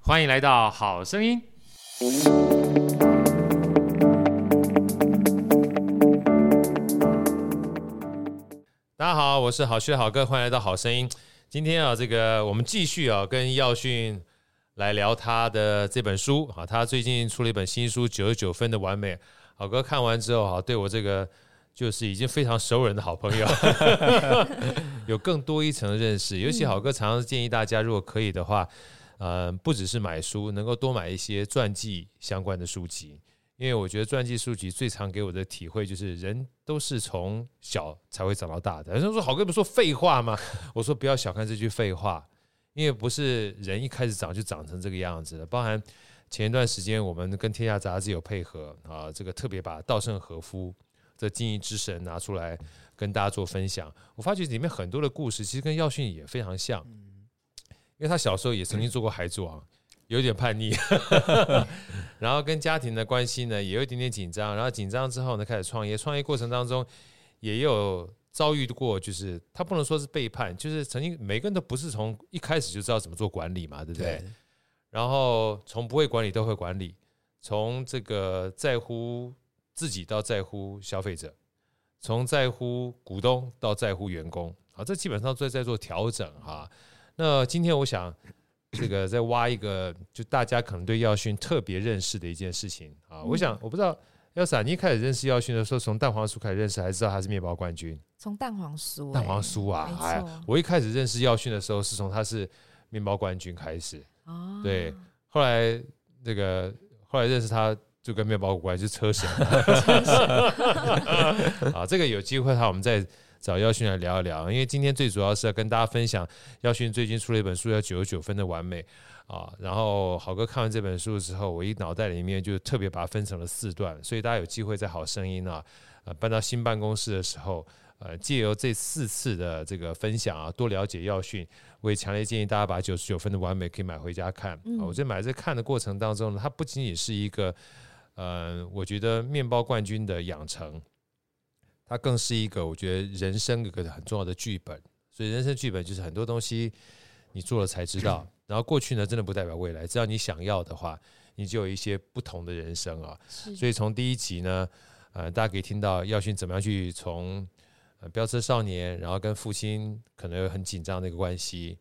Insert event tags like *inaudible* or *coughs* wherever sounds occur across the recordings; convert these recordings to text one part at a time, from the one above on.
欢迎来到《好声音》。大家好，我是好学好哥，欢迎来到《好声音》。今天啊，这个我们继续啊，跟耀训来聊他的这本书啊，他最近出了一本新书《九十九分的完美》。好哥看完之后啊，对我这个就是已经非常熟人的好朋友， *laughs* 有更多一层认识。尤其好哥常常建议大家，如果可以的话，呃，不只是买书，能够多买一些传记相关的书籍，因为我觉得传记书籍最常给我的体会就是，人都是从小才会长到大的。有人说好哥不说废话吗？我说不要小看这句废话，因为不是人一开始长就长成这个样子的。包含前一段时间我们跟《天下杂志》有配合啊，这个特别把稻盛和夫这经营之神拿出来跟大家做分享，我发觉里面很多的故事其实跟耀训也非常像。因为他小时候也曾经做过孩子王，有点叛逆， *laughs* 然后跟家庭的关系呢也有一点点紧张，然后紧张之后呢开始创业，创业过程当中也有遭遇过，就是他不能说是背叛，就是曾经每个人都不是从一开始就知道怎么做管理嘛，对不对？然后从不会管理到会管理，从这个在乎自己到在乎消费者，从在乎股东到在乎员工，啊，这基本上都在做调整哈、那今天我想这个再挖一个，就大家可能对耀勋特别认识的一件事情啊。我嗯想我不知道，要是你一开始认识耀勋的时候，从蛋黄酥开始认识，还是知道他是面包冠军？从蛋黄酥、欸，蛋黄酥啊没，错哎，我一开始认识耀勋的时候，是从他是面包冠军开始，哦，对，后来那个后来认识他就跟面包有关，就是车神。 *laughs* 啊，这个有机会的话，我们再找耀勋来聊一聊，因为今天最主要是要跟大家分享耀勋最近出了一本书，叫《九十九分的完美》啊。然后好哥看完这本书之后，我一脑袋里面就特别把它分成了四段，所以大家有机会在好声音啊，呃，搬到新办公室的时候。呃，借由这四次的这个分享啊，多了解耀训，我也强烈建议大家把九十九分的完美可以买回家看。嗯啊我在买这看的过程当中呢，它不仅仅是一个，呃，我觉得面包冠军的养成，它更是一个我觉得人生一个很重要的剧本。所以人生剧本就是很多东西你做了才知道，然后过去呢真的不代表未来，只要你想要的话，你就有一些不同的人生啊。是所以从第一集呢，呃，大家可以听到耀勋怎么样去从呃飙车少年，然后跟父亲可能有很紧张的一个关系，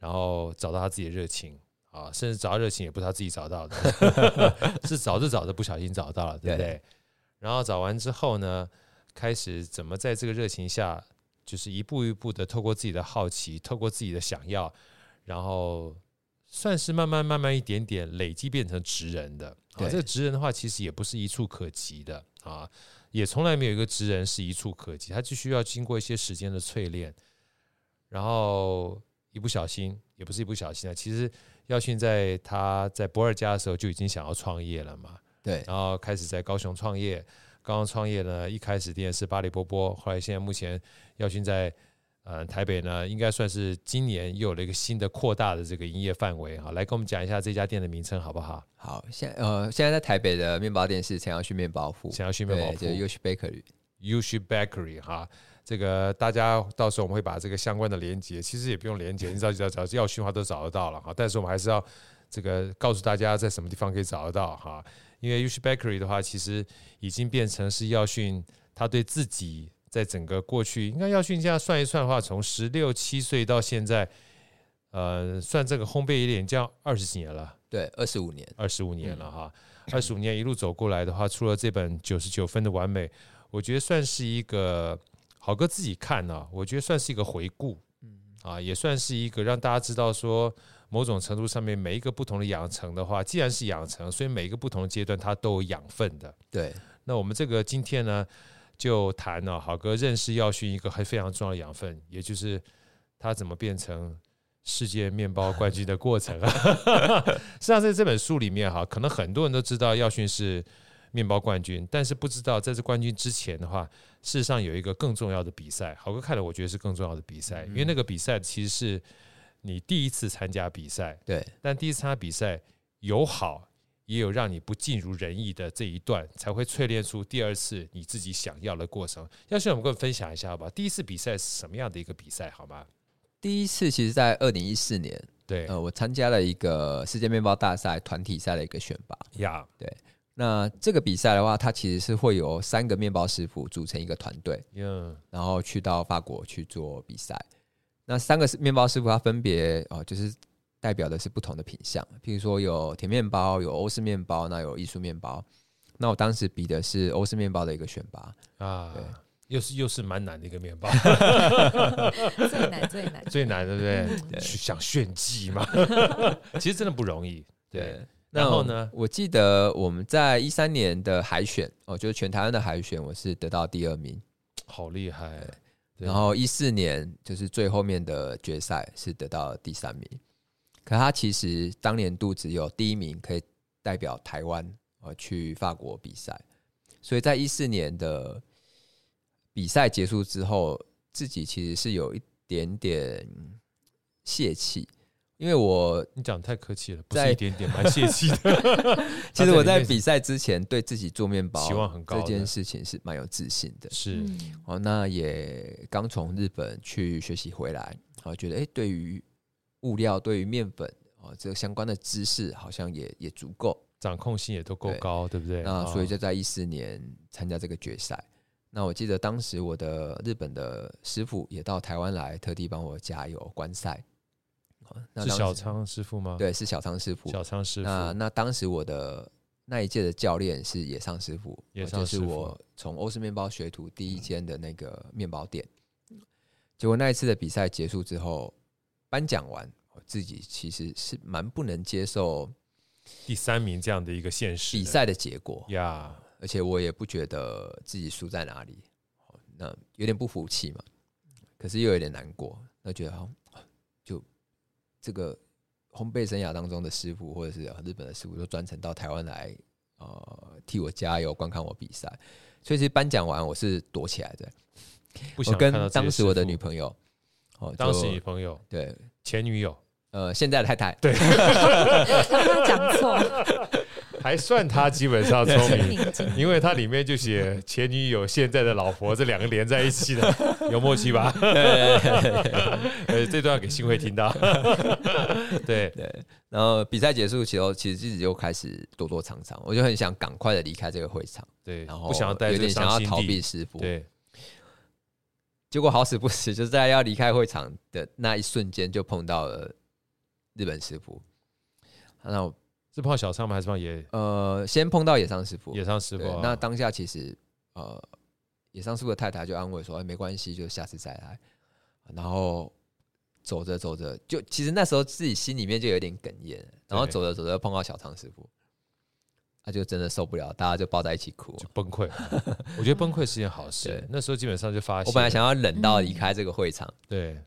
然后找到他自己的热情啊，甚至找到热情也不是他自己找到的， *laughs* 是找着找着不小心找到了，对不对？对然后找完之后呢，开始怎么在这个热情下，就是一步一步的透过自己的好奇，透过自己的想要，然后算是慢慢慢慢一点点累积变成职人的。啊，对这个职人的话，其实也不是一触可及的啊，也从来没有一个职人是一触可及，他就需要经过一些时间的淬炼，然后一不小心，也不是一不小心啊，其实耀训在他在博尔加的时候就已经想要创业了嘛，对然后开始在高雄创业。高雄创业呢，一开始店是巴黎波波，后来现在目前耀勋在呃台北呢，应该算是今年又有了一个新的扩大的这个营业范围啊，来跟我们讲一下这家店的名称好不好？好，现呃现在在台北的面包店是陈耀旭面包铺，想要去面包对，就是 Yoshi Bakery。 u s h i Bakery 哈，这个大家到时候我们会把这个相关的连接，其实也不用连接，你找找找耀勋的话都找得到了哈。但是我们还是要这个告诉大家在什么地方可以找得到哈，因为 u s h i Bakery 的话，其实已经变成是耀勋他对自己在整个过去，应该耀勋这样算一算的话，从十六七岁到现在，呃，算这个烘焙也已经二十几年了。对，二十五年，二十五年了哈，二十五年一路走过来的话，出了这本九十九分的完美，我觉得算是一个好哥自己看呢、我觉得算是一个回顾，啊，也算是一个让大家知道说，某种程度上面每一个不同的养成的话，既然是养成，所以每一个不同的阶段它都有养分的。对那我们这个今天呢，就谈了好哥认识耀勋一个还非常重要的养分，也就是他怎么变成世界面包冠军的过程 *laughs* 啊。实际上，在这本书里面哈，可能很多人都知道耀勋是面包冠军，但是不知道在这冠军之前的话，事实上有一个更重要的比赛。好哥看了，我觉得是更重要的比赛，因为那个比赛其实是你第一次参加比赛，对但第一次参加比赛有好，也有让你不尽如人意的这一段，才会淬炼出第二次你自己想要的过程。要是我们跟我们分享一下好吧，第一次比赛是什么样的一个比赛好吗？第一次其实在二零一四年，对呃，我参加了一个世界面包大赛团体赛的一个选拔。呀，那这个比赛的话，它其实是会有三个面包师傅组成一个团队，嗯然后去到法国去做比赛。那三个面包师傅，他分别哦，就是代表的是不同的品相，譬如说有甜面包，有欧式面包，那有艺术面包。那我当时比的是欧式面包的一个选拔，啊对，又是又是蛮难的一个面包， *laughs* 最难最 *laughs* 难。最难对不对？ *laughs* 对去想炫技 *laughs* 嘛，其实真的不容易。对，那然后呢我？我记得我们在一三年的海选哦，就是全台湾的海选，我是得到第二名。好厉害。对然后一四年就是最后面的决赛是得到第三名，可他其实当年度只有第一名可以代表台湾呃去法国比赛，所以在一四年的比赛结束之后，自己其实是有一点点泄气，因为我你讲得太客气了，不是在一点点，蛮泄气的。 *laughs* 其实我在里在面比赛之前对自己做面包期望很高的这件事情是蛮有自信的。是嗯哦，那也刚从日本去学习回来，哦，觉得诶，对于物料、对于面粉哦，这个相关的知识好像也也足够。掌控性也都够对高，对不对？那啊所以就在一四年参加这个决赛。那我记得当时我的日本的师傅也到台湾来，特地帮我加油观赛。哦那是当小时仓师傅吗？，对，是小仓师傅。小仓师傅那那当时我的那一届的教练是野上师傅，野呃上师就傅是我从欧式面包学徒第一间的那个面包店。结果那一次的比赛结束之后，颁奖完，我自己其实是蛮不能接受第三名这样的一个现实比赛的结果，呀，而且我也不觉得自己输在哪里，哦那有点不服气嘛，可是又有点难过，那觉得好，就这个烘焙生涯当中的师傅或者是呃日本的师傅都专程到台湾来，呃，替我加油，观看我比赛，所以其实颁奖完我是躲起来的，不我想看到这跟些当时我的女师朋友，哦，傅当时就女朋友对，前女友呃，现在的太太，讲 *laughs* 错，还算他基本上聪精 *laughs* 明，明精明。因为它里面就写前女友、现在的老婆这两个连在一起 *laughs* 的，有默契吧？ *laughs* 呃，这段要给幸会听到。 *laughs* 对，然后比赛结束其后，其实自己又开始躲躲藏藏，我就很想赶快的离开这个会场。对，然后不想要带有这个点想伤要心逃避地。师傅，对，结果好死不死，就是在要离开会场的那一瞬间就碰到了日本师傅。那我是碰到小仓吗？还是碰到野呃，先碰到野上师傅，野上师对傅啊？那当下其实呃，野上师傅的太太就安慰说：“哎，没关系，就下次再来。”然后走着走着，就其实那时候自己心里面就有点哽咽，然后对走着走着碰到小仓师傅，他就真的受不了，大家就抱在一起哭。就崩溃了，我觉得崩溃是件好事 *laughs* 对。那时候基本上就发泄。我本来想要忍到离嗯开这个会场。对，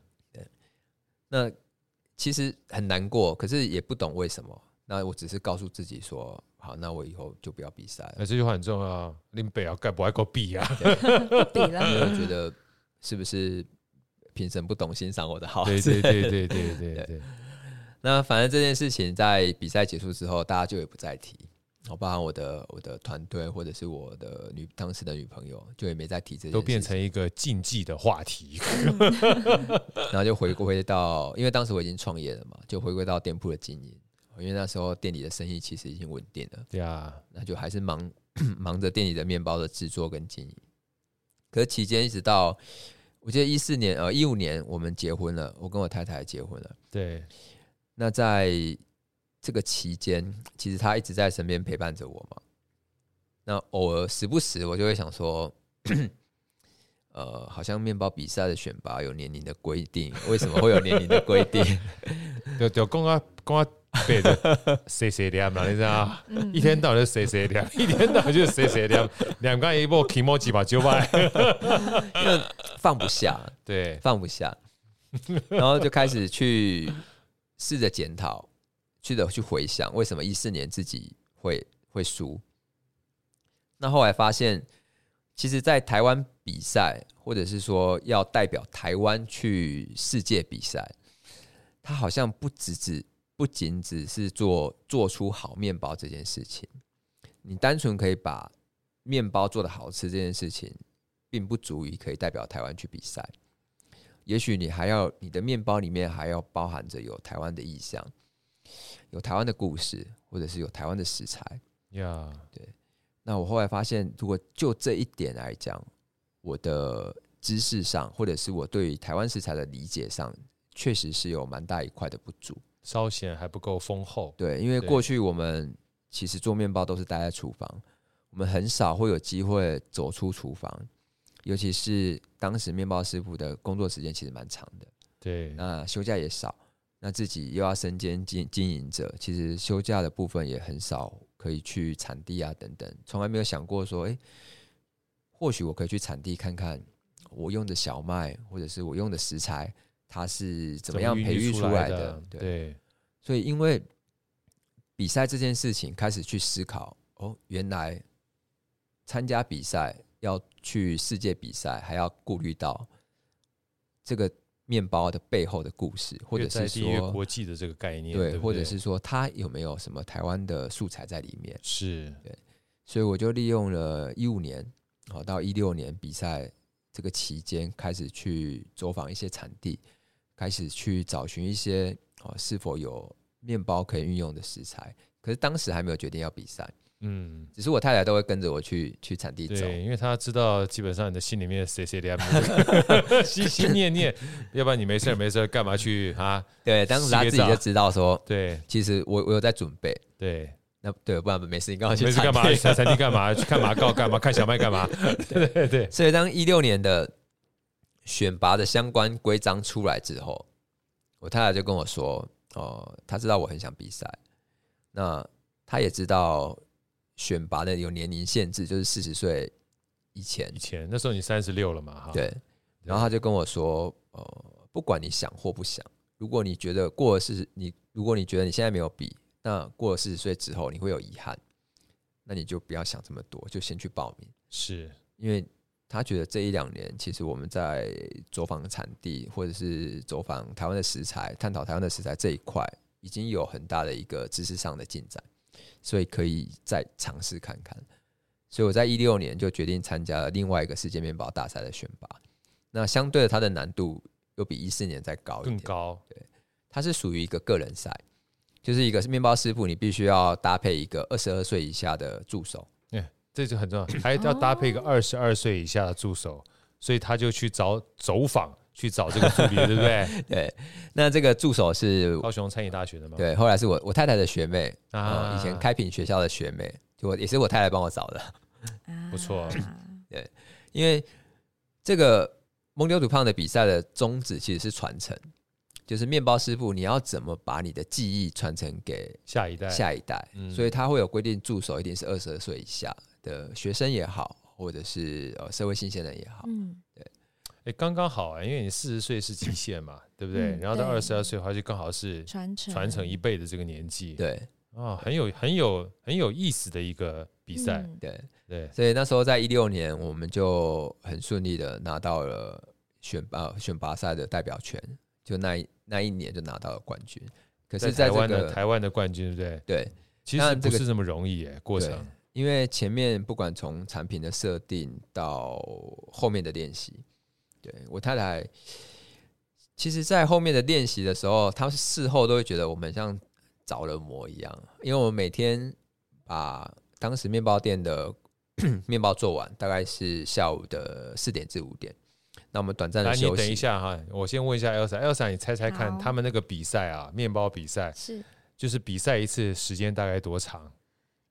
那其实很难过，可是也不懂为什么。那我只是告诉自己说，好，那我以后就不要比赛那了。这句话很重要啊。林北要盖不爱够币啊？比因为我了，觉得是不是评审不懂欣赏我的好？对对对对对对对， *laughs* 那反正这件事情在比赛结束之后，大家就也不再提。我包含我的我的团队或者是我的女当时的女朋友，就也没再提这件事情，都变成一个禁忌的话题。然后就回归到，因为当时我已经创业了嘛，就回归到店铺的经营。因为那时候店里的生意其实已经稳定了， *laughs* 对啊，那就还是忙 *coughs* 忙着店里的面包的制作跟经营。可是期间一直到我记得一四年呃一五年我们结婚了，我跟我太太结婚了。对，那在这个期间，其实她一直在身边陪伴着我嘛。那偶尔时不时我就会想说，呃，好像面包比赛的选拔有年龄的规定，为什么会有年龄的规定？ *laughs* 就就讲啊讲啊，背着谁谁念嘛，你知道吗？嗯一天到晚就谁谁 *laughs* 念，一天到晚就谁谁念，两个一波 emoji 吧，就拜。因为放不下，对，放不下， *laughs* 然后就开始去试着检讨，试着去回想为什么一四年自己会会输。那后来发现，其实，在台湾比赛，或者是说要代表台湾去世界比赛，它好像不只只不仅只是做做出好面包这件事情，你单纯可以把面包做的好吃这件事情，并不足以可以代表台湾去比赛。也许你还要你的面包里面还要包含着有台湾的意象，有台湾的故事，或者是有台湾的食材。呀，那我后来发现，如果就这一点来讲，我的知识上，或者是我对于台湾食材的理解上，确实是有蛮大一块的不足。稍显还不够丰厚。对，因为对过去我们其实做面包都是待在厨房，我们很少会有机会走出厨房，尤其是当时面包师傅的工作时间其实蛮长的，对，那休假也少，那自己又要身兼经经营者，其实休假的部分也很少可以去产地啊等等，从来没有想过说，诶，或许我可以去产地看看我用的小麦或者是我用的食材，它是怎么样孕培育出出来的的？？对，所以因为比赛这件事情，开始去思考哦，原来参加比赛要去世界比赛，还要顾虑到这个面包的背后的故事，或者越在是地越说国际的这个概念，对不对，对，或者是说它有没有什么台湾的素材在里面。是所以我就利用了一五年好到一六年比赛这个期间，开始去走访一些产地，开始去找寻一些哦是否有面包可以运用的食材。可是当时还没有决定要比赛，嗯。只是我太太都会跟着我去去产地走。对，因为他知道基本上你的心里面谁谁的 *laughs* 心心念念，要不然你没事儿没事儿干嘛去啊？对，当时她自己就知道说，对其实我我有在准备。对，那对，不然没事，你刚好去没事干嘛？去产地 *laughs* 餐餐厅干嘛？去看马告干嘛？看小麦干嘛？对对对，所以当一六年的选拔的相关规章出来之后，我太太就跟我说：“哦，她知道我很想比赛，那她也知道选拔的有年龄限制，就是四十岁以前以。前那时候你三十六了嘛，哈，对，然后她就跟我说：‘呃，不管你想或不想，如果你觉得过了四十，你如果你觉得你现在没有比，那过了四十岁之后你会有遗憾，那你就不要想这么多，就先去报名。’是因为他觉得这一两年，其实我们在走访产地或者是走访台湾的食材、探讨台湾的食材这一块，已经有很大的一个知识上的进展，所以可以再尝试看看。所以我在一六年就决定参加了另外一个世界面包大赛的选拔，那相对的它的难度又比一四年再哦高一更点，高，它是属于一个个人赛，就是一个是面包师傅，你必须要搭配一个二十二岁以下的助手，这就很重要， *coughs* 还要搭配一个哦二十二岁以下的助手，所以他就去找走访，去找这个助 *laughs* 理，对不对？对，那这个助手是高雄餐饮大学的嘛，对，后来是我我太太的学妹啊、啊，以前开平学校的学妹，就我也是我太太帮我找的， *laughs* 啊不错啊因为这个蒙牛土胖的比赛的宗旨其实是传承，就是面包师傅你要怎么把你的技艺传承给下一代，下一代，嗯所以他会有规定，助手一定是二十二岁以下的学生也好，或者是呃社会新鲜人也好，嗯，哎，刚刚好啊，因为你四十岁是极限嘛，对不对？嗯然后到二对十二岁的话，就刚好是传承传承一辈的这个年纪，对啊，很有很有很有意思的一个比赛，嗯对，对，所以那时候在一六年，我们就很顺利的拿到了选拔呃选拔赛的代表权，就那一那一年就拿到了冠军。可是，在台这湾的个台湾的冠军，对不对？对其那实这不个是这么容易耶，过对程，因为前面不管从产品的设定到后面的练习，对我太太，其实，在后面的练习的时候，她事后都会觉得我们像着了魔一样，因为我们每天把当时面包店的 *coughs* 面包做完，大概是下午的四点至五点。那我们短暂来，的你休等一息，下哈，我先问一下 Elsa，Elsa，你猜猜看，好他们那个比赛啊，面包比赛，是就是比赛一次时间大概多长？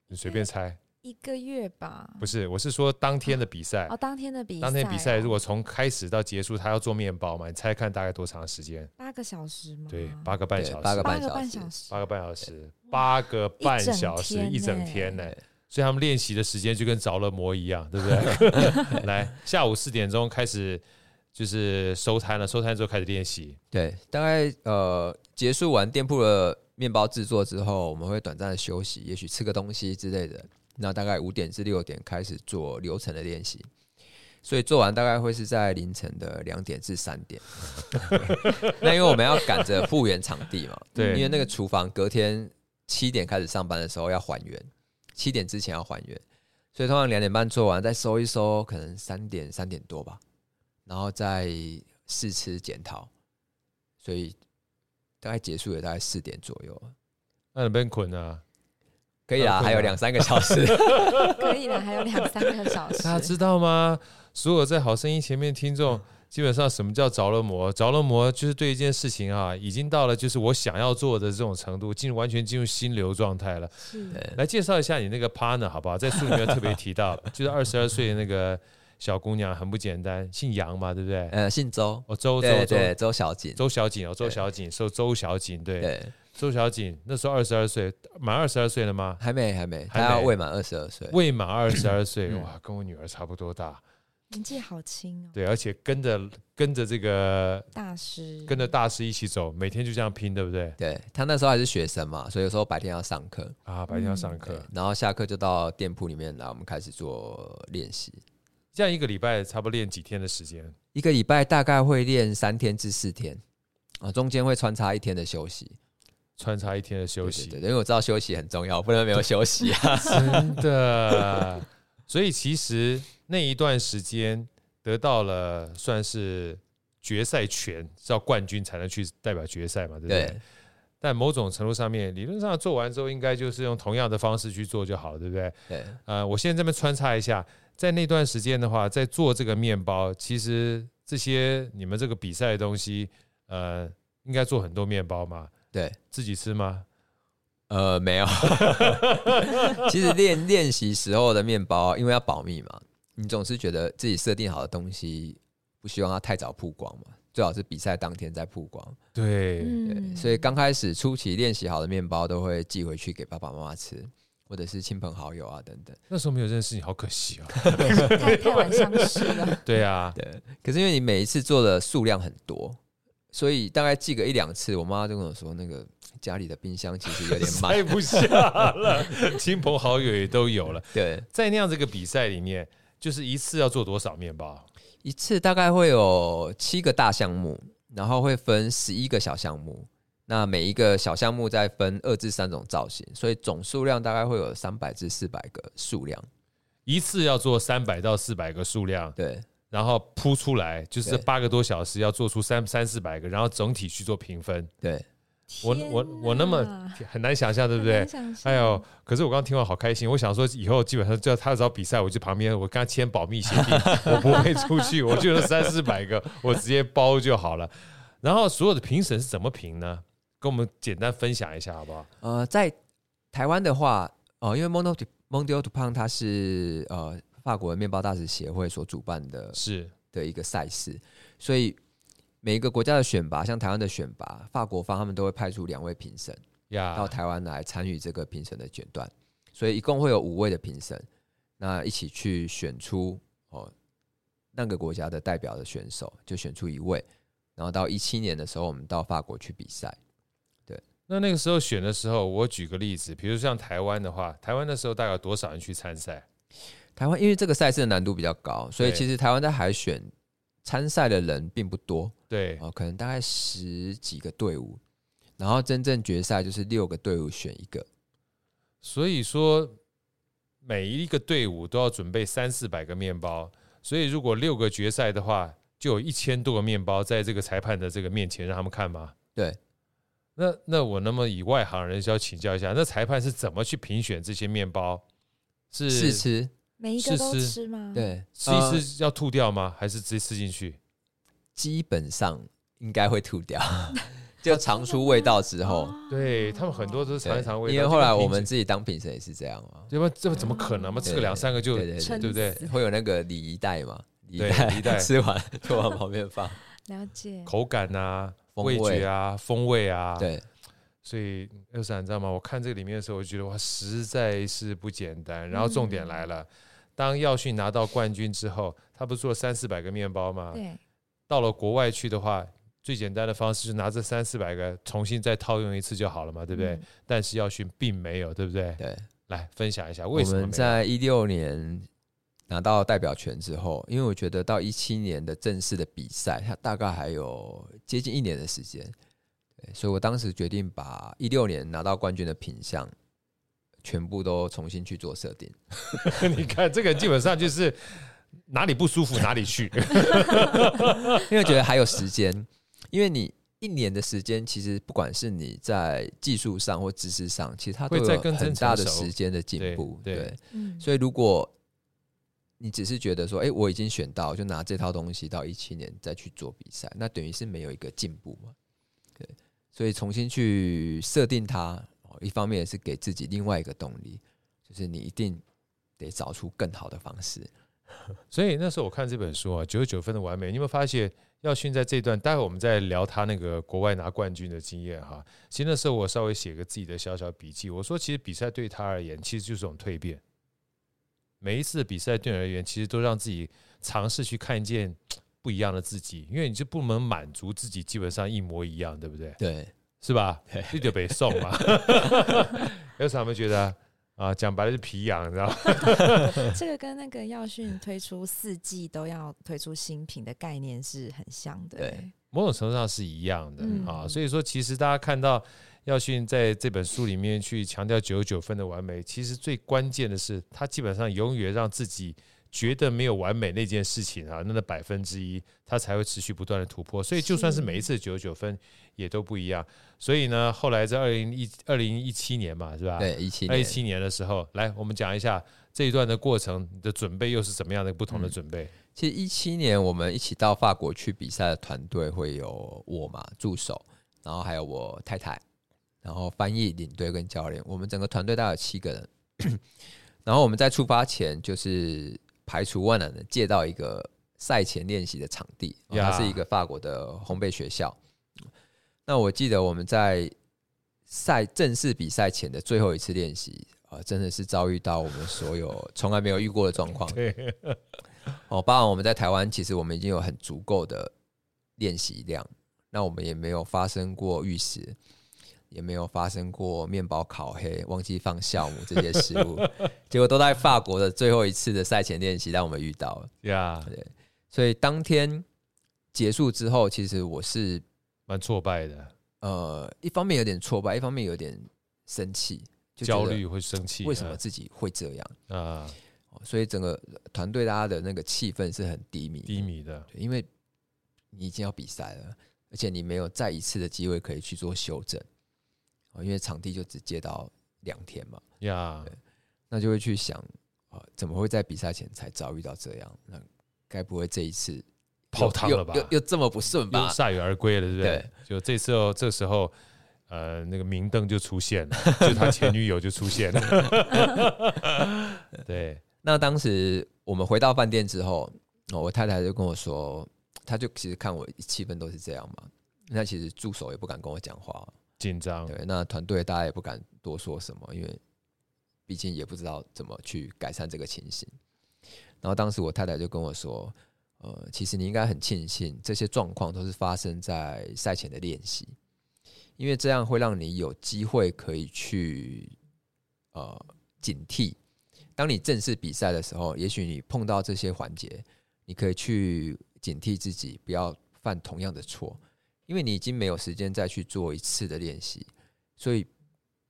你随嗯便猜，一个月吧？不是是，我是说当天的比赛，哦，当天的比赛哦，当天比赛如果从开始到结束，他要做面包嘛，你猜看大概多长时间？八个小时吗？对，八个半对小时，八个嗯八半个小半时小时，八个半小时，八个半小时，一一整整天天呢呢。所以他们练习的时间就跟着了魔一样，对不对？ *laughs* 来，下午四点钟开始就是收摊了，收摊之后开始练习。对，大概呃结束完店铺的面包制作之后，我们会短暂的休息，也许吃个东西之类的。那大概五点至六点开始做流程的练习，所以做完大概会是在凌晨的两点至三点。 *laughs* 那因为我们要赶着复原场地嘛，对因为那个厨房隔天七点开始上班的时候要还原，七点之前要还原，所以通常两点半做完再收一收，可能三点三点多吧，然后再试吃检讨，所以大概结束了大概四点左右，那你被捆啊？可以啊啦，对啊还有两三个小 *laughs* 时。可以了，还有两三个小时。大家知道吗？所有在《好声音》前面听众，嗯基本上什么叫着了魔？着了魔就是对一件事情啊，已经到了就是我想要做的这种程度，进入完全进入心流状态了。是呃来介绍一下你那个 partner 好不好？在书里面有特别提 *laughs* 到，就是二十二岁的那个小姑娘，很不简单，姓杨嘛，对不对？呃，姓周，哦，周周对周对，周小锦，周小景哦，周小景，说周小景，对，对，周小景那时候二十二岁，满二十二岁了吗？还没还没，还他没要未满二十二岁，未满二十二岁，嗯哇，跟我女儿差不多大，年纪好轻哦，对，而且跟着跟着这个大师跟着大师一起走，每天就这样拼，对不对？对他那时候还是学生嘛，所以有时候白天要上课，啊，白天要上课，嗯对，然后下课就到店铺里面来，我们开始做练习。这样一个礼拜差不多练几天的时间？一个礼拜大概会练三天至四天，啊，中间会穿插一天的休息。穿插一天的休息，对对对，因为我知道休息很重要，不能没有休息啊。 *laughs* 真的。所以其实那一段时间得到了算是决赛权，是要冠军才能去代表决赛嘛，对不对？对但某种程度上面，理论上做完之后，应该就是用同样的方式去做就好了，对不对？对，呃，我现在这边穿插一下，在那段时间的话，在做这个面包，其实这些你们这个比赛的东西，呃，应该做很多面包嘛，对，自己吃吗？呃，没有。 *laughs* 其实练练习时候的面包，啊因为要保密嘛，你总是觉得自己设定好的东西，不希望它太早曝光嘛，最好是比赛当天再曝光。对，对，嗯所以刚开始初期练习好的面包都会寄回去给爸爸妈妈吃，或者是亲朋好友啊等等。那时候没有认识你，好可惜哦。太太晚上市了，对啊，对，可是因为你每一次做的数量很多，所以大概寄个一两次，我妈就跟我说，那个家里的冰箱其实有点 *laughs* 满。塞不下了， *laughs* 亲朋好友也都有了。对，在那样这个比赛里面，就是一次要做多少面包？一次大概会有七个大项目，然后会分十一个小项目。那每一个小项目再分二至三种造型，所以总数量大概会有三百至四百个数量。一次要做三百到四百个数量，对然后铺出来，就是这对八个多小时要做出三三四百个，然后整体去做评 *laughs* 分。对， *laughs* 我天我我那么哪很难想象，对不对？？哎呦，，可是我刚刚听完好开心，我想说以后基本上只要他找比赛，我就旁边我跟他签保密协 *laughs* 定，我不会出去，我就得三四百个，我直接包就好了。然后所有的评审是怎么评呢？跟我们简单分享一下好不好？呃，在台湾的话，呃，因为 Mondo Mondo d u p a n 它是呃法国的面包大使协会所主办的是的一个赛事，所以每一个国家的选拔，像台湾的选拔，法国方他们都会派出两位评审到呀，台湾来参与这个评审的选段，所以一共会有五位的评审，那一起去选出哦那个国家的代表的选手，就选出一位，然后到一七年的时候，我们到法国去比赛，那那个时候选的时候，我举个例子，比如像台湾的话，台湾那时候大概有多少人去参赛？台湾因为这个赛事的难度比较高，所以对其实台湾在海选参赛的人并不多，对，哦，可能大概十几个队伍，然后真正决赛就是六个队伍选一个，所以说每一个队伍都要准备三四百个面包，所以如果六个决赛的话，就有一千多个面包在这个裁判的这个面前让他们看吗？对。那那我那么以外行人是要请教一下，那裁判是怎么去评选这些面包？是试吃，每一个都试吃吃吗？，对，吃呃一吃要吐掉吗？还是直接吃进去？基本上应该会吐掉，就尝出味道之后。哦对他们很多都是尝一尝味道，因为后来就跟我们瓶子自己当评审也是这样嘛，要不然这怎么可能？我们吃个对两三个就对对撑对对不对死会有那个礼仪袋嘛，礼对礼仪袋 *laughs* 吃完就往旁边放，了解，口感啊、风 *laughs* 味觉味啊、风味啊，对所以二三，你知道吗？我看这个里面的时候，我就觉得哇，实在是不简单。然后重点来了，当耀训拿到冠军之后，他不是做了三四百个面包吗？对，到了国外去的话，最简单的方式是拿这三四百个重新再套用一次就好了嘛，对不对？嗯？但是耀训并没有，对不对？对。来分享一下我为什么没有 *laughs* 们在一六年拿到代表权之后，因为我觉得到一七年的正式的比赛，它大概还有接近一年的时间，对，所以我当时决定把一六年拿到冠军的品相 *laughs* 全部都重新去做设定。你看这个基本上就是哪里不舒服哪里去。因为觉得还有时间，因为你一年的时间，其实不管是你在技术上或知识上，其实它都会再有更很成大的熟时间的进对步。对对，嗯，所以如果你只是觉得说，哎、我已经选到，就拿这套东西到一七年再去做比赛，那等于是没有一个进步嘛。对，所以重新去设定它，哦一方面也是给自己另外一个动力，就是你一定得找出更好的方式。所以那时候我看这本书啊，九十九分的完美，你有没有发现耀勋在这段？待会我们再聊他那个国外拿冠军的经验哈。其实那时候我稍微写个自己的小小笔记，我说其实比赛对他而言其实就是一种蜕变。每一次的比赛对你而言，其实都让自己尝试去看见不一样的自己，因为你就不能满足自己基本上一模一样，对不对？对，是吧？这就北宋嘛， *laughs* 有什么觉得啊啊？讲白了是皮痒，你知道吗？这个跟那个耀讯推出四季都要推出新品的概念是很像的。欸对，某种程度上是一样的、嗯啊。所以说，其实大家看到耀勋在这本书里面去强调九十九分的完美，其实最关键的是，他基本上永远让自己觉得没有完美那件事情啊，那个百分之一，他才会持续不断的突破。所以，就算是每一次九十九分也都不一样。所以呢，后来在二零一二零一七年嘛，是吧？对，一七二啊一年，七年的时候，来我们讲一下这一段的过程，你的准备又是怎么样的不同的嗯准备？ *laughs* 其实一七年我们一起到法国去比赛的团队会有我嘛助手，然后还有我太太，然后翻译、领队跟教练，我们整个团队大概有七个人。 *clears throat* 然后我们在出发前就是排除万难的借到一个赛前练习的场地，哦呀它是一个法国的烘焙学校。那我记得我们在赛正式比赛前的最后一次练习，啊、真的是遭遇到我们所有从来没有遇过的状况。对，哦，包含我们在台湾，其实我们已经有很足够的练习量，那我们也没有发生过玉石，也没有发生过面包烤黑、忘记放酵母这些失 *laughs* 误，结果都在法国的最后一次的赛前练习让我们遇到了。呀，所以当天结束之后，其实我是蛮挫败的。呃，一方面有点挫败，一方面有点生气，就觉焦得虑会生气，为什么自己会这样？啊啊哦所以整个团队大家的那个气氛是很低迷的，低迷的？对，因为你已经要比赛了，而且你没有再一次的机会可以去做修正，哦，因为场地就只借到两天嘛，呀对那就会去想，呃，怎么会在比赛前才遭遇到这样？那该不会这一次又泡汤了又吧又又这么不顺又吧？铩羽而归了，对不对？就这次哦，这时候，呃，那个明灯就出现了， *laughs* 就他前女友就出现了。 *laughs* 对，那当时我们回到饭店之后，哦我太太就跟我说，她就其实看我气氛都是这样嘛，那其实助手也不敢跟我讲话，紧张，对，那团队大家也不敢多说什么，因为毕竟也不知道怎么去改善这个情形。然后当时我太太就跟我说：“呃，其实你应该很庆幸这些状况都是发生在赛前的练习，因为这样会让你有机会可以去呃警惕。当你正式比赛的时候，也许你碰到这些环节，你可以去警惕自己，不要犯同样的错。”因为你已经没有时间再去做一次的练习，所以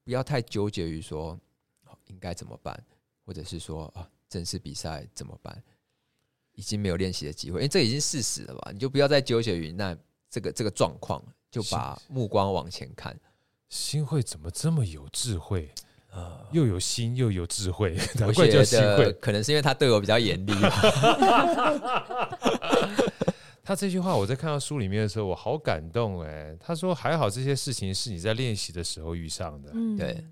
不要太纠结于说哦应该怎么办，或者是说啊正式比赛怎么办，已经没有练习的机会，因为这已经事实了吧？你就不要再纠结于那这个这个状况，就把目光往前看。新会怎么这么有智慧？呃，又有心又有智慧，难我怪叫觉新会得。可能是因为他对我比较严厉吧。 *laughs* 他这句话我在看到书里面的时候，我好感动哎。他说还好这些事情是你在练习的时候遇上的，嗯对，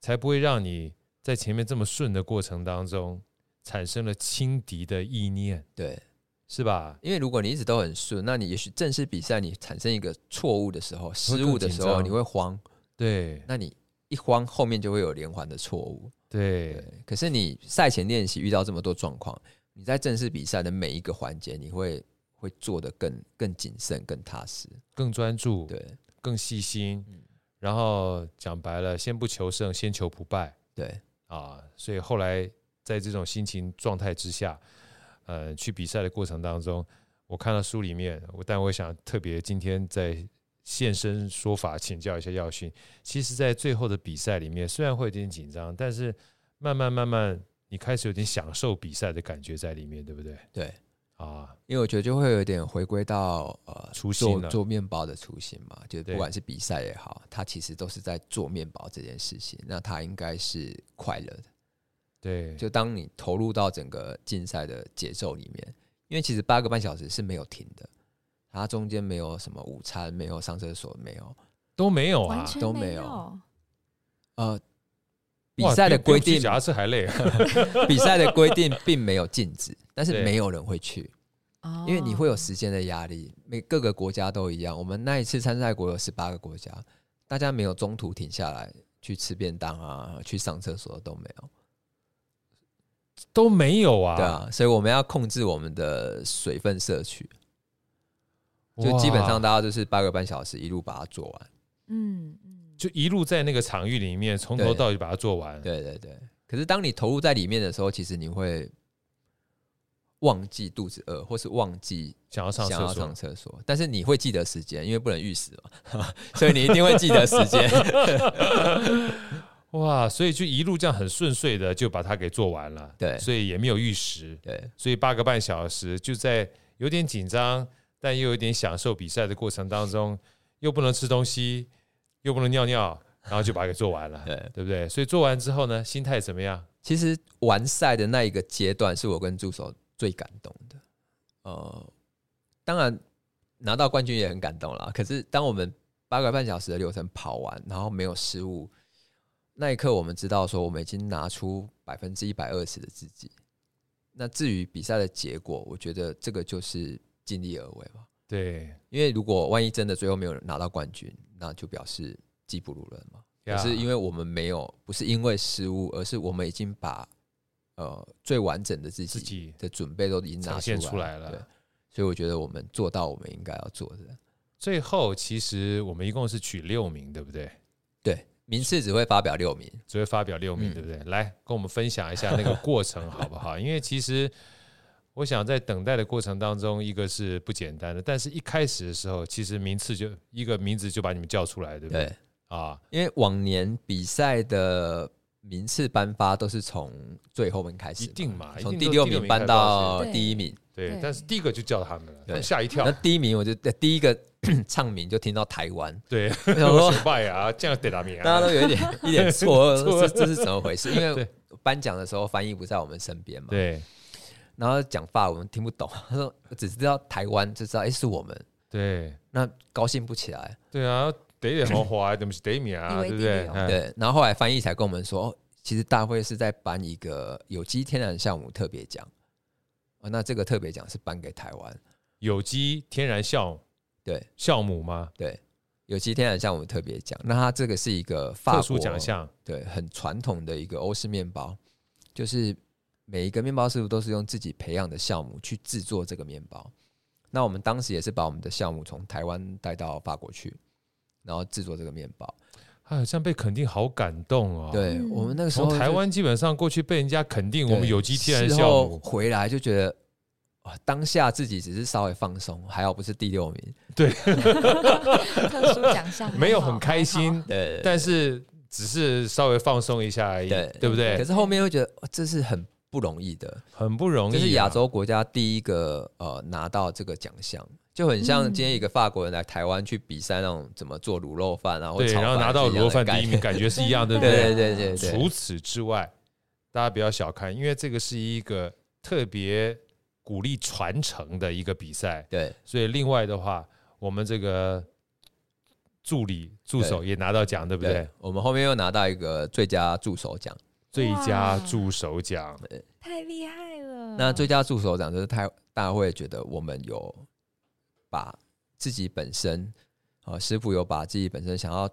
才不会让你在前面这么顺的过程当中产生了轻敌的意念，对，是吧？因为如果你一直都很顺，那你也许正式比赛你产生一个错误的时候、更失误的时紧候，张你会慌，对那你一慌后面就会有连环的错误。对对，可是你赛前练习遇到这么多状况，你在正式比赛的每一个环节，你会会做得更更谨慎、更踏实。更专注，对更细心嗯。然后讲白了，先不求胜，先求不败对啊。所以后来在这种心情状态之下，呃，去比赛的过程当中，我看到书里面，我但我想特别今天在现身说法，请教一下耀勋。其实，在最后的比赛里面，虽然会有点紧张，但是慢慢慢慢你开始有点享受比赛的感觉在里面，对不对？对，啊，因为我觉得就会有点回归到呃初心了做做面包的初心嘛，就是对不管是比赛也好，他其实都是在做面包这件事情，那他应该是快乐的。对，就当你投入到整个竞赛的节奏里面，因为其实八个半小时是没有停的，它中间没有什么午餐，没有上厕所，没有都没有完啊。全都没没哦有呃，比哇赛的比比我规骑定脚 *laughs* 踏车还累啊。比赛的规定并没有禁止， *laughs* 但对是没有人会去，哦因为你会有时间的压力。每各个国家都一样，我们那一次参赛国有十八个国家，大家没有中途停下来去吃便当啊，去上厕所都没有。都没有啊，对啊，所以我们要控制我们的水分摄取，哇，就基本上大家就是八个半小时一路把它做完。嗯 *laughs* 嗯，就一路在那个场域里面，从头对到尾把它做完。对对对。可是当你投入在里面的时候，其实你会忘记肚子饿，或是忘记想要上想厕要所，上厕所，但是你会记得时间，因为不能预死嘛， *laughs* 所以你一定会记得时间。 *laughs* 哇，所以就一路这样很顺遂的就把它给做完了。对所以也没有玉石，对所以八个半小时就在有点紧张，但又有点享受比赛的过程当中，又不能吃东西，又不能尿尿，然后就把它给做完了，对，对不对？所以做完之后呢，心态怎么样？其实完赛的那一个阶段是我跟助手最感动的。呃，当然拿到冠军也很感动啦。可是当我们八个半小时的流程跑完，然后没有失误，那一刻我们知道说我们已经拿出百分之一百二十的自己。那至于比赛的结果，我觉得这个就是尽力而为吧。对，因为如果万一真的最后没有拿到冠军，那就表示技不如人嘛。可呀是因为我们没有，不是因为失误，而是我们已经把呃最完整的自自己己的准备都已经拿呈现出出来了对，所以我觉得我们做到我们应该要做的。最后其实我们一共是取六名，对不对？对，名次只会发表六名。只会发表六名，嗯对不对？来跟我们分享一下那个过程好不好？因 *laughs* 为其实我想在等待的过程当中，一个是不简单的，但是一开始的时候，其实名次就一个名字就把你们叫出来，对不对？对，啊，因为往年比赛的名次颁发都是从最后面开始一嘛，定嘛，一从定第都六是名开颁始到对第一名。对对，但是第一个就叫他们了，他们对吓一跳那，第一名我就呃第一个 *coughs* 唱名就听到台湾，对，我想我说失败啊，这样得他名大家啊，都有一点一点错愕， *laughs* 错愕这这是怎么回事？因对为颁奖的时候翻译不在我们身边嘛，对然后讲法文听不懂， *laughs* 他说只知道台湾，就知道哎、诶是我们，对那高兴不起来。对啊，得一点红花，对不起，得一名啊， *laughs* 以对不为第对？六嗯，对，然后后来翻译才跟我们说，哦其实大会是在颁一个有机天然项目特别奖，哦，那这个特别奖是颁给台湾，有机天然酵对酵母吗？对，有机天然项目特别奖，那它这个是一个法特殊国奖项，对，很传统的一个欧式面包，就是每一个面包师傅都是用自己培养的酵母去制作这个面包。那我们当时也是把我们的酵母从台湾带到法国去，然后制作这个面包。哎，这样被肯定好感动哦。对我们那个时候从就，台湾基本上过去被人家肯定，对，我们有机天然事酵后母，回来就觉得。哇当下自己只是稍微放松，还好不是第六名，特殊奖项没有还好 *laughs* 很开，还心，对但是只是稍微放松一下而已，对对不可对？是后面又觉得、哦这是很不容易的，很不容易啊，这是亚洲国家第一个呃拿到这个奖项，就很像嗯今天一个法国人来台湾去比赛那种怎么做卤肉饭啊，或对，炒然后饭拿到是卤样肉的饭概第一名，念感觉是一样， *laughs* 对好不对对？对对对对除此之外，大家不要小看，因为这个是一个特别鼓励传承的一个比赛，对所以另外的话，我们这个助理助手也拿到奖，对不对对？，我们后面又拿到一个最佳助手奖，最佳哇助手奖，太厉害嗯了。那最佳助手奖就是太大会觉得我们有把自己本身呃师傅有把自己本身想要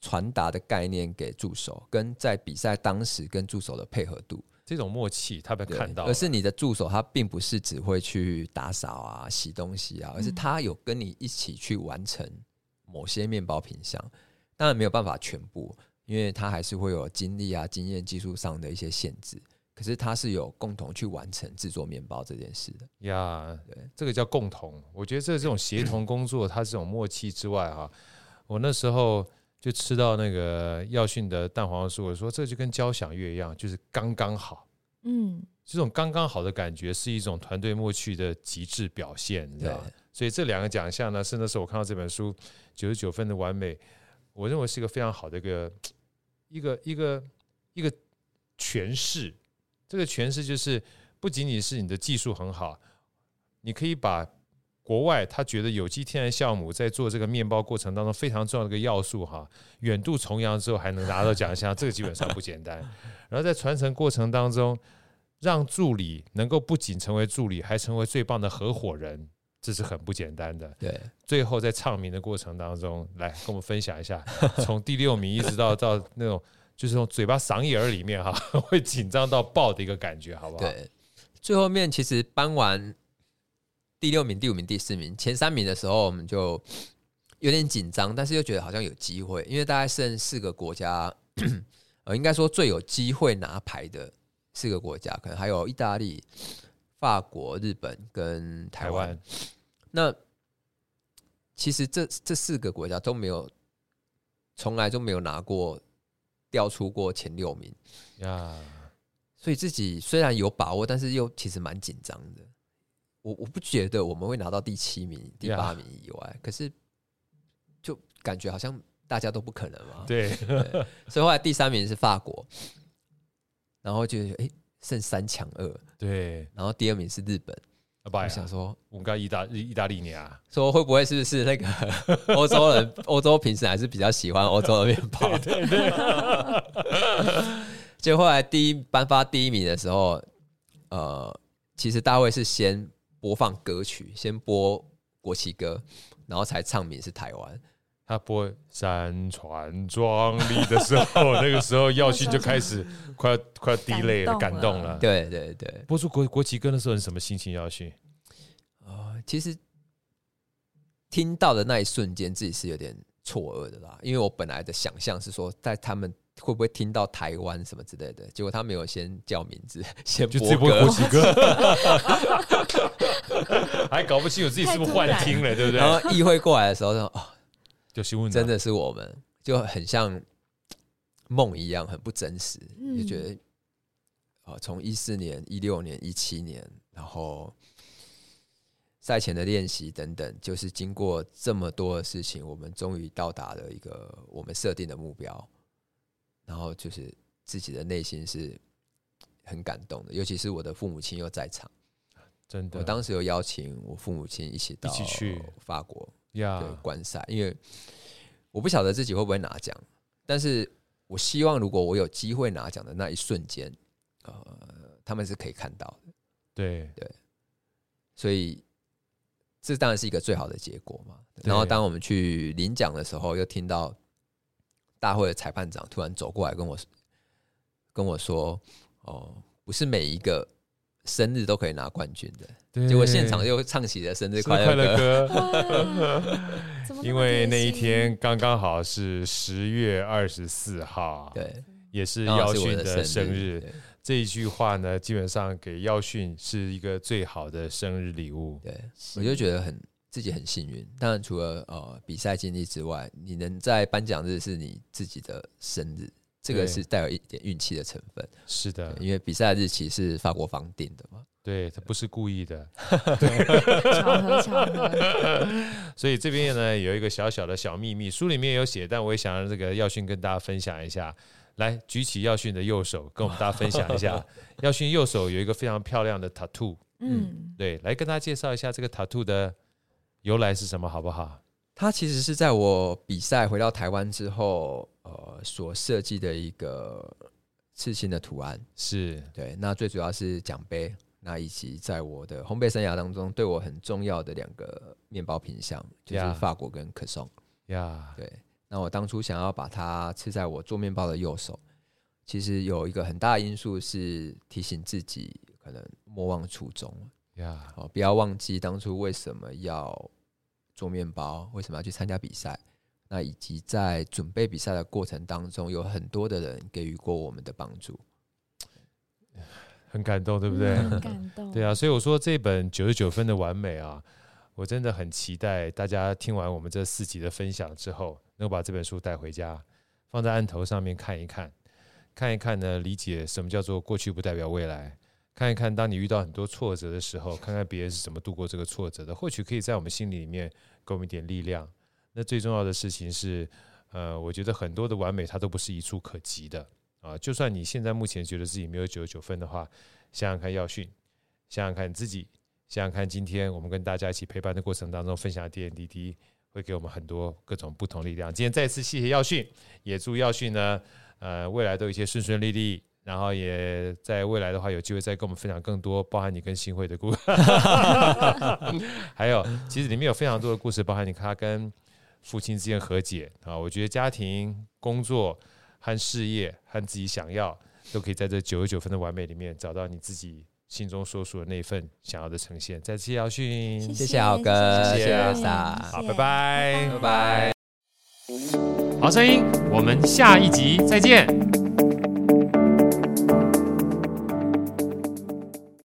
传达的概念给助手，跟在比赛当时跟助手的配合度。这种默契他们对看到了，而是你的助手他并不是只会去打扫啊、洗东西啊，而是他有跟你一起去完成某些面包品项。当然没有办法全部，因为他还是会有精力啊、经验、技术上的一些限制。可是他是有共同去完成制作面包这件事的。呀呃对这个叫共同。我觉得这这种协同工作，它这种默契之外哈、我那时候就吃到那个耀训的蛋黄酥，我说这就跟交响乐一样，就是刚刚好。嗯，这种刚刚好的感觉是一种团队默契的极致表现，你知道吗对所以这两个奖项呢，是那时候我看到这本书九十九分的完美，我认为是一个非常好的一个一个一个一个诠释。这个诠释就是不仅仅是你的技术很好，你可以把国外他觉得有机天然酵母在做这个面包过程当中非常重要的一个要素哈，远渡重洋之后还能拿到奖项，这个基本上不简单。然后在传承过程当中，让助理能够不仅成为助理，还成为最棒的合伙人，这是很不简单的。对，最后在唱名的过程当中，来跟我们分享一下，从第六名一直到到那种就是从嘴巴嗓眼儿里面哈， *laughs* 会紧张到爆的一个感觉，好不好？对，最后面其实搬完第六名、第五名、第四名、前三名的时候，我们就有点紧张，但是又觉得好像有机会，因为大概剩四个国家， *clears throat* 呃，应该说最有机会拿牌的四个国家，可能还有意大利、法国、日本跟台台湾。湾那其实这这四个国家都没有，从来都没有拿过调出过前六名。呀，所以自己虽然有把握，但是又其实蛮紧张的。我我不觉得我们会拿到第七名、第八名以外可是就感觉好像大家都不可能嘛。，对， *laughs* 所以后来第三名是法国，然后就哎、诶剩三强二，对，然后第二名是日本。阿爸我哎呀，想说我们刚意大意大利你啊，说会不会是不是 *laughs* 那个欧洲人？欧洲平时还是比较喜欢欧洲的面包。对对， *laughs* 就后来第一颁发第一名的时候，呃，其实大会是先播放歌曲，先播国旗歌，然后才唱名是台湾。他播《山川壮丽》的时候， *laughs* 那个时候耀勋就开始快要快要滴泪了，感感动动了了。对对对，播出国国旗歌的时候，你什么心情？耀勋呃，其实听到的那一瞬间，自己是有点错愕的啦，因为我本来的想象是说，在他们会不会听到台湾什么之类的，结果他没有先叫名字，先就播自己播歌国，旗歌， *laughs* 还搞不清楚自己是不是幻听了，对不然对？后议会过来的时候 *laughs* 说，哦，就新闻真的是我们，就很像梦一样，很不真实，嗯就觉得啊，从一四年、一六年、一七年，然后赛前的练习等等，就是经过这么多的事情，我们终于到达了一个我们设定的目标，然后就是自己的内心是很感动的，尤其是我的父母亲又在场，真我的当时有邀请我父母啊亲一起到一起去法国，呀对，观赛，因为我不晓得自己会不会拿奖，但是我希望如果我有机会拿奖的那一瞬间，呃，他们是可以看到的，对所以这当然是一个最好的结果嘛。对然后当我们去领奖的时候，又听到大会的裁判长突然走过来跟我跟我说：“哦，不是每一个生日都可以拿冠军的。”对，结果现场又唱起了生日是快快乐乐歌。歌。 *laughs* 哇怎么 *laughs* 么因为那一贴心天刚刚好是十月二十四号，对，也是刚好耀是我勋的生日。对这一句话呢，基本上给耀训是一个最好的生日礼物。对，是我就觉得很自己很幸运。当然，除了呃比赛经历之外，你能在颁奖日是你自己的生日，这对个是带有一点运气的成分，是的对，因为比赛日期是法国方定的嘛。对他不是故意的。巧合巧 *laughs* 合， *laughs* 所以这边呢有一个小小的小秘密，书里面有写，但我也想让这个耀勋跟大家分享一下。来，举起耀勋的右手，跟我们大家分享一 *laughs* 下。耀勋右手有一个非常漂亮的 tattoo，嗯，对，来跟大家介绍一下这个 tattoo 的由来是什么，好不好？它其实是在我比赛回到台湾之后，呃，所设计的一个刺青的图案。是对，那最主要是奖杯，那以及在我的烘焙生涯当中对我很重要的两个面包品相，就是 Yeah 法国跟可颂。呀，对，那我当初想要把它吃在我做面包的右手，其实有一个很大因素是提醒自己，可能莫忘初衷呀，哦，不要忘记当初为什么要做面包，为什么要去参加比赛。那以及在准备比赛的过程当中，有很多的人给予过我们的帮助。很感动，对不对？嗯很感动，对啊，所以我说这本九十九分的完美啊，我真的很期待大家听完我们这四集的分享之后，能够把这本书带回家，放在案头上面看一看，看一看呢，理解什么叫做过去不代表未来。看一看，当你遇到很多挫折的时候，看看别人是怎么度过这个挫折的，或许可以在我们心里里面给我们一点力量。那最重要的事情是，呃，我觉得很多的完美它都不是一触可及的啊。就算你现在目前觉得自己没有九十九分的话，想想看耀训，想想看你自己，想想看今天我们跟大家一起陪伴的过程当中分享的点点滴滴，会给我们很多各种不同力量。今天再次谢谢耀训，也祝耀训呢，呃，未来都有一些顺顺利利。然后也在未来的话，有机会再跟我们分享更多，包含你跟新会的故事，还有其实里面有非常多的故事，包含你他跟父亲之间和解啊。我觉得家庭、工作和事业和自己想要，都可以在这九十九分的完美里面找到你自己心中所属的那一份想要的呈现。再次姚讯，谢谢豪哥谢谢阿谢谢萨，好，谢拜拜，拜拜。好声音，我们下一集再见，拜